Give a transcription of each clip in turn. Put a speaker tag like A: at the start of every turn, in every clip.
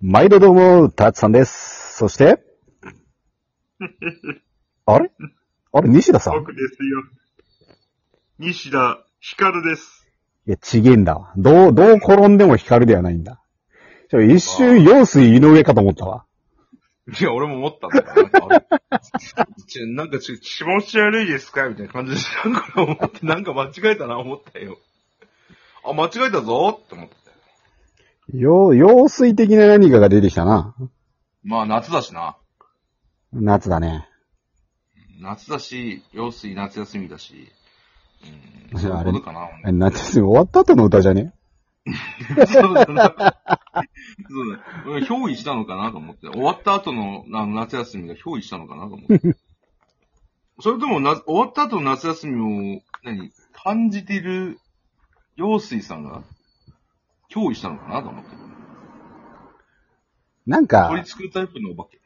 A: 毎度どうも、たつさんです。そして、あれあれ、西田さん
B: 僕ですよ。西田ひかるです。
A: いや、ちげえんだわ。どう、どう転んでも光ではないんだ。ちょ、一瞬、陽水井上かと思ったわ。
C: いや、俺も思ったんだからなんかあれちょなんかちょ、気持ち悪いですかみたいな感じでしたから思って、なんか間違えたな、思ったよ。あ、間違えたぞって思って。
A: よ、陽水的な何かが出てきたな。
C: まあ、夏だしな。
A: 夏だね。
C: 夏だし、用水夏休みだし。うん、
A: あ
C: そういうことかな、俺
A: 夏休み終わった後の歌じゃね
C: そうだな。そうだ。俺、憑依したのかなと思って。終わった後のあの夏休みが憑依したのかなと思って。それともな、終わった後の夏休みを、何、感じている、陽水さんが、憑依したのかなと思って。
A: なん
C: 取
A: か
C: り、作るタイプのお化け。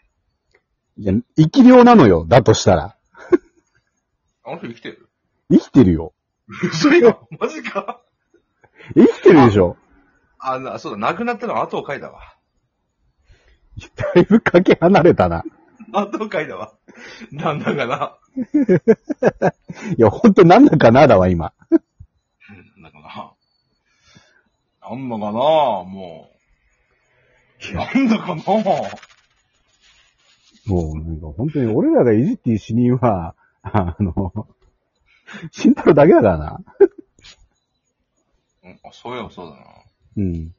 A: いや、生き量なのよ。だとしたら。
C: あの人生きてる
A: 生きてるよ。
C: 嘘やマジか
A: 生きてるでしょ。
C: あ、なそうだ、亡くなったのは後を書いたわ。
A: だいぶかけ離れたな。
C: 後を書いたわ。なんだかな。
A: いや、ほんとなんだかなだわ、今。
C: なんだかな。なんだかな、もう。なんだかな。
A: もう、なんか本当に俺らがいじっていい死人は、あの、慎太郎だけだからな。
C: うん、あそういえばそうだな。
A: うん。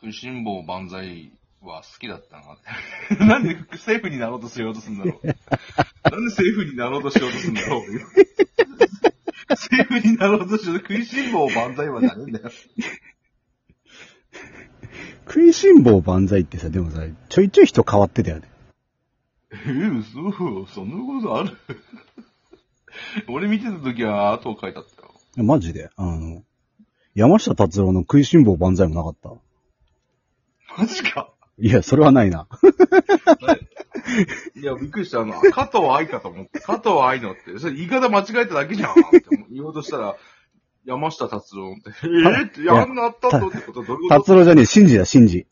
C: 食いしん坊万歳は好きだったな。 なんでセーフになろうとしようとするんだろう。なんでセーフになろうとしようとするんだろう。セーフになろうとしようと、食いしん坊万歳はなるんだよ。
A: 食いしん坊万歳ってさ、でもさ、ちょいちょい人変わってたよね。
C: えー、嘘、そんなことある俺見てた時は後を書いたったよ。
A: マジで。あの、山下達郎の食いしん坊万歳もなかった。
C: マジか。
A: いや、それはないな。
C: いや、びっくりした。あの、加藤愛かと思って、加藤愛のって、それ言い方間違えただけじゃんって言おうとしたら、山下達郎って、えぇ、って、やんなったとってことはどういうこ
A: 達郎じゃねえ、信じだ、信じ。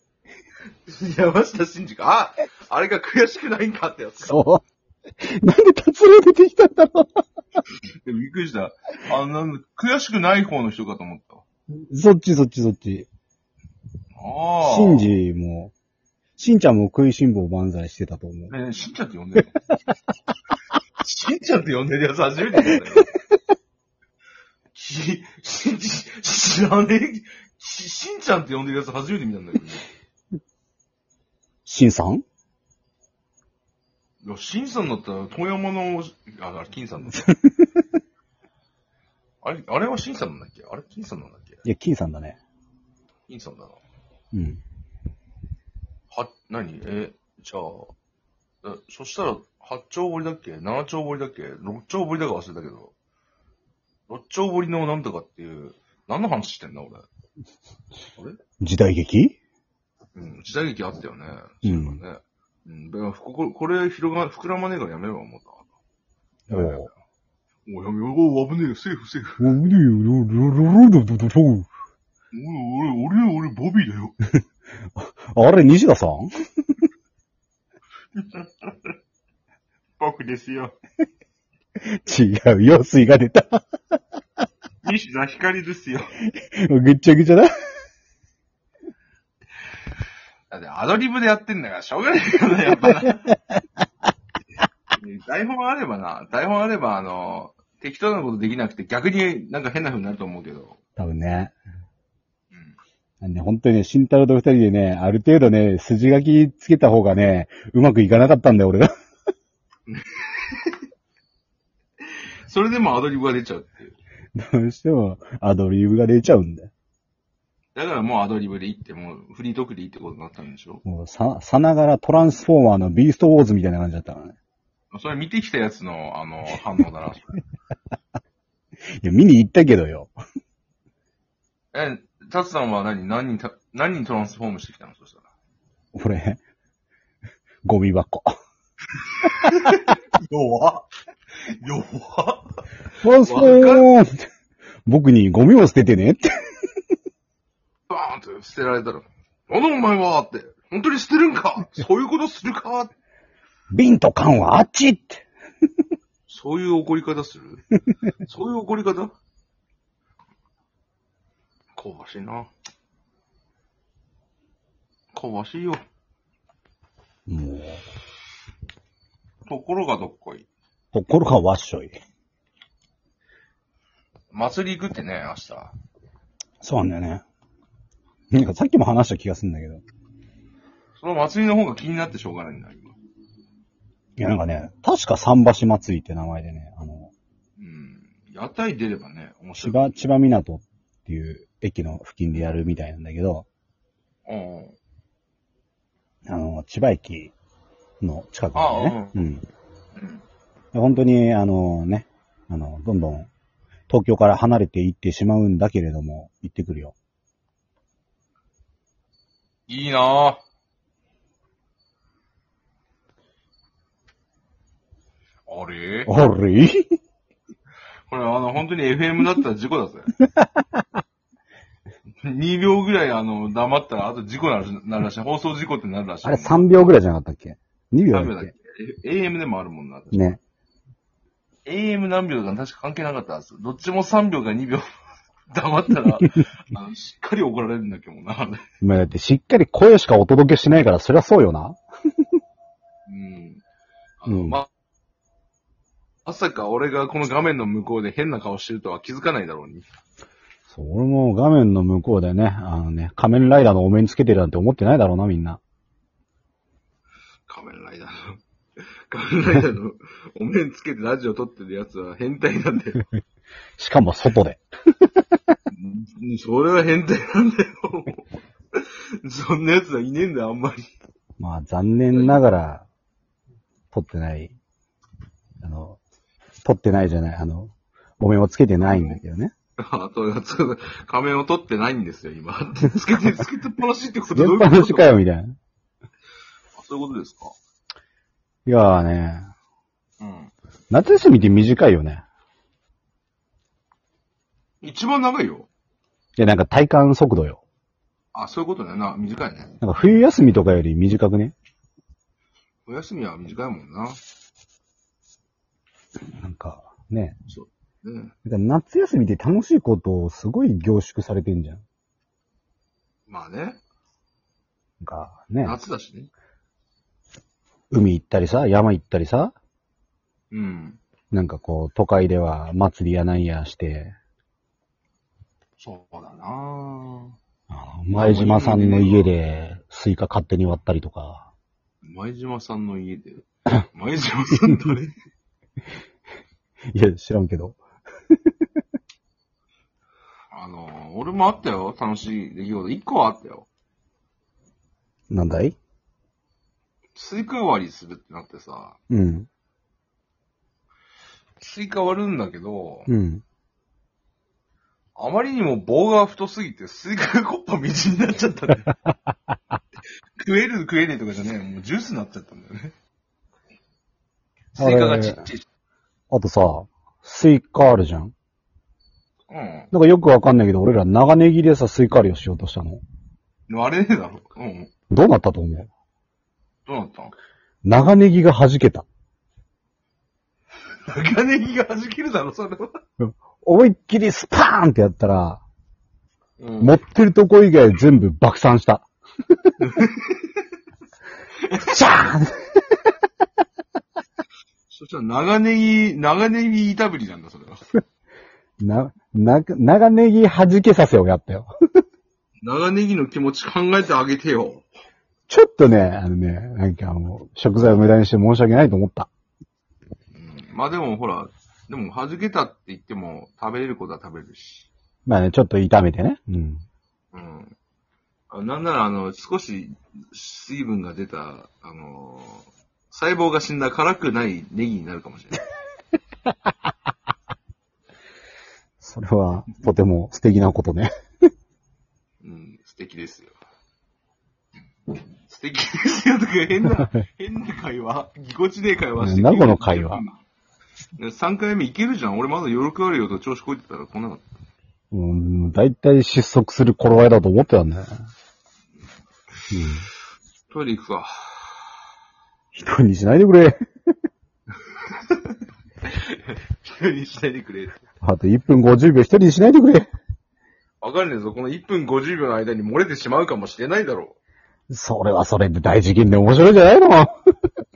C: と山下真司か。あ、あれが悔しくないんかってやつか。
A: そう。なんで達郎出てきたんだろ
C: でびっくりした。あなんだ悔しくない方の人かと思った。
A: う。そっちそっちそっち。
C: ああ。
A: 信。じも、しんちゃんも食いしん坊万歳してたと思う。
C: ねえ、しんちゃんって呼んでるのしんちゃんって呼んでるやつ初めて見たよ。し、しんち、知らねえ、し、しんちゃんって呼んでるやつ初めて見たんだけどね。
A: しんさん
C: いや、しんさんだったら、遠山の、あ、あれ、金さん だった。あれ、あれはしんさんなんだっけあれ、金さんなんだっけ
A: いや、金さんだね。
C: 金さんだな。
A: うん。
C: は、何え、じゃあ、えそしたら、八丁堀だっけ七丁堀だっけ六丁堀だか忘れたけど、六丁堀のなんとかっていう、何の話してんだ、俺。
A: 時代劇
C: うん、時代劇あったよね。
A: う
C: そ
A: ん
C: ういえばね。うん、だからこここれ広が、膨らまねえからやめれば思った。
A: おう。
C: おいやめよう、お危ねえよ、セーフ、セーフ。
A: おうりゅうろろろろろろろ
C: 俺、俺、俺、俺、ボビーだよ。
A: ろあれ、西田さん
B: 僕ですよ。
A: 違う、用水が出た。
B: 西田ひかるですよ。
A: ぐっちゃぐちゃだ。
C: だってアドリブでやってんだから、しょうがないよね、やっぱな。台本あればな、台本あれば、あの、適当なことできなくて、逆になんか変な風になると思うけど。
A: 多分ね。
C: うん
A: ね、本当にね、慎太郎と二人でね、ある程度ね、筋書きつけた方がね、うまくいかなかったんだよ、俺が。
C: それでもアドリブが出ちゃうっていう。
A: どうしても、アドリブが出ちゃうんだよ。
C: だからもうアドリブでいいって、もうフリートークでいいってことになったんでしょ
A: もう、さ、さながらトランスフォーマーのビーストウォーズみたいな感じだったからね。
C: それ見てきたやつの、あの、反応だな。
A: いや、見に行ったけどよ。
C: え、タツさんは何、何にた、何にトランスフォームしてきたのそしたら。
A: 俺、ゴミ箱。
C: 弱弱
A: トランスフォーム僕にゴミを捨ててねって。
C: バーンって捨てられたら、なんだお前はって、本当に捨てるんかそういうことするか
A: 瓶と缶はあっちって。
C: そういう怒り方する そういう怒り方香ばしいな。香ばしいよ。
A: もう、
C: ところがどっこい。
A: 心がわっしょい。
C: 祭り行くってね、明日。
A: そうなんだよね。なんかさっきも話した気がするんだけど。
C: その祭りの方が気になってしょうがないんだ、今。
A: いや、なんかね、確か桟橋祭りって名前でね、あの、
C: うん。屋台出ればね、面白
A: 千
C: い。
A: 葉、千葉港っていう駅の付近でやるみたいなんだけど、
C: うん。
A: あの、千葉駅の近くでね。うん。
C: うん。
A: で本当に、あのね、あの、どんどん東京から離れていってしまうんだけれども、行ってくるよ。
C: いいなぁ。あれ
A: あれ
C: これあの、本当に FM だったら事故だぜ。2秒ぐらいあの、黙ったら、あと事故なるなるらしい。放送事故ってなるらしい。
A: あれ3秒ぐらいじゃなかったっけ ?2 秒
C: 何
A: だっ
C: 秒だっ
A: け
C: け ?AM でもあるもんな。
A: ね。
C: AM 何秒だか確か関係なかったはず。どっちも3秒か2秒黙った ら、あの、しっかり怒られるんだっけもんな。
A: まあだってしっかり声しかお届けしないから、そりゃそうよな。
C: うん。あの、
A: うん
C: ま、まさか俺がこの画面の向こうで変な顔してるとは気づかないだろうに。
A: そう、俺も画面の向こうでね、あのね、仮面ライダーのお面つけてるなんて思ってないだろうな、みんな。
C: 仮面ライダーの。 仮面ライダーのお面つけてラジオ撮ってるやつは変態なんだ よ。
A: しかも外で。
C: うんそれは変態なんだよ。そんなやつはいねえんだよ、あんまり。
A: まあ、残念ながら、撮ってない。あの、撮ってないじゃない、あの、お面をつけてないんだけどね。
C: あと、そう仮面を撮ってないんですよ、今。つけて、つけてっぱなしってこと
A: 全
C: どういう
A: 般
C: こと
A: の
C: です
A: しか
C: か
A: よ、みたいな。
C: そういうことですか
A: いやーね、
C: うん。
A: 夏休みって短いよね。
C: 一番長いよ。
A: いや、なんか体感速度よ。
C: あ、そういうことね。な、短いね。
A: なんか冬休みとかより短くね。
C: お休みは短いもんな。
A: なんか、ね。
C: ね
A: なんか夏休みって楽しいことをすごい凝縮されてんじゃん。
C: まあね、
A: なんか、ね。
C: 夏だしね。
A: 海行ったりさ、山行ったりさ、
C: うん。
A: なんかこう、都会では祭りやなんやして、
C: そうだな
A: あの前島さんの家でスイカ勝手に割ったりとか、
C: 前島さんの家で。 前島さん誰
A: いや、知らんけど。
C: あの、俺もあったよ。楽しい出来事。一個はあったよ。
A: なんだい
C: スイカ割りするってなってさ、
A: うん。
C: スイカ割るんだけど、
A: うん。
C: あまりにも棒が太すぎて、スイカがコッパみじんになっちゃったんだよ。 食える食えねえとかじゃねえ。もうジュースになっちゃったんだよね。スイカがちっちゃい。
A: あとさ、スイカあるじゃん。
C: うん。
A: なんかよくわかんないけど、俺ら長ネギでさ、スイカ割りをしようとしたの。
C: 割れねえだろ。うん。
A: どうなったと思う
C: どうなったの
A: 長ネギが弾けた。
C: 長ネギが弾けるだろ、それは。
A: 思いっきりスパーンってやったら、
C: うん
A: 持ってるとこ以外全部爆散した。シャーン
C: そしたら長ネギ、長ネギ炒ぶりなんだ、それは。
A: な、な、長ネギ弾けさせをやったよ。
C: 長ネギの気持ち考えてあげてよ。
A: ちょっとね、あのね、なんかもう、食材を無駄にして申し訳ないと思った。
C: うん、まあでもほら、でも弾けたって言っても食べれることは食べれるし。
A: まあね、ちょっと炒めてね。うん。
C: うん。あなんならあの、少し水分が出た、あのー細胞が死んだ辛くないネギになるかもしれない。
A: それは、とても素敵なことね。
C: うん、素敵ですよ。素敵ですよとか 変な、変な会話。ぎこちねえ会話して
A: なんだこの会話。
C: 3回目いけるじゃん。俺まだ余力あるよと調子こいてたらこんなかっ
A: うん、大体失速する頃合いだと思ってたんだよね。
C: トイレ行くか。
A: 一人にしないでくれ。
C: 一人にしないでくれ。
A: あと1分50秒一人にしないでくれ。
C: わかんねえぞ。この1分50秒の間に漏れてしまうかもしれないだろ
A: それはそれで大事件で面白いじゃないの
C: う。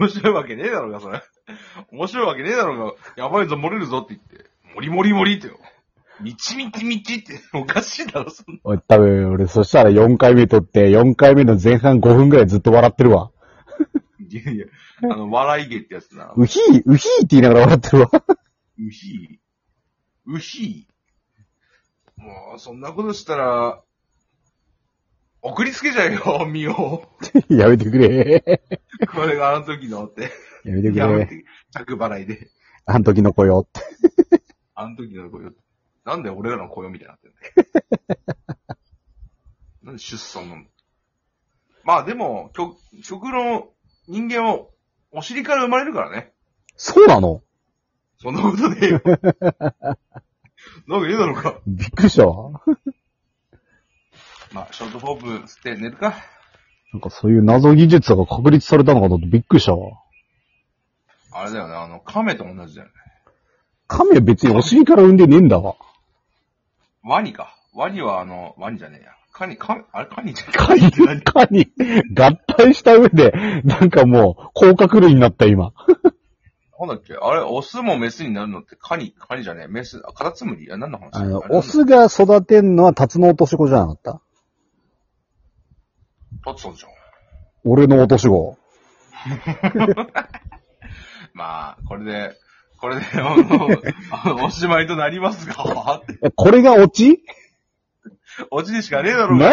C: 面白いわけねえだろうが、それ。面白いわけねえだろうが、やばいぞ、漏れるぞって言って。もりもりもりってよ。みちみちみちって、おかしいだろ、そんな。
A: おい多分俺そしたら4回目撮って、4回目の前半5分ぐらいずっと笑ってるわ。
C: いやいや、あの、笑い芸ってやつだな。
A: うひー、うひーって言いながら笑ってるわ。
C: うひーうひーもう、そんなことしたら、送りつけちゃうよ、 みを。
A: やめてくれ。
C: これがあの時のって。
A: やめてく
C: やめ
A: れ。
C: て、着払いで。
A: あの時の子よって。
C: あの時の子よ。なんで俺らの子よみたいになってんだよ。なんで出産なのまあでも、極、極論、人間は、お尻から生まれるからね。
A: そうなの
C: そんなことでよ。なんか言うだろうか。
A: びっくりしたわ。
C: まあ、ショートフォーム吸って寝るか。
A: なんかそういう謎技術が確立されたのかなとびっくりしたわ。
C: あれだよね、あの、亀と同じだよね。
A: 亀は別にお尻から産んでねえんだわ。
C: ワニか。ワニはあの、ワニじゃねえや。カニ、カニ、あれカニじゃねえ
A: カニ、カニ、合体した上で、なんかもう、甲殻類になった今。
C: なんだっけあれ、オスもメスになるのってカニ、カニじゃねえ。メス、あカタツムリあ何の話
A: あの
C: れ、
A: オスが育てんのはタツノオトシゴじゃなかった
C: タツさんじゃん。
A: 俺のオトシゴ。
C: まあ、これで、これで、あの、あのおしまいとなりますが、はあって、
A: えこれがオチ
C: 落ちにしかねえだろうが
A: 何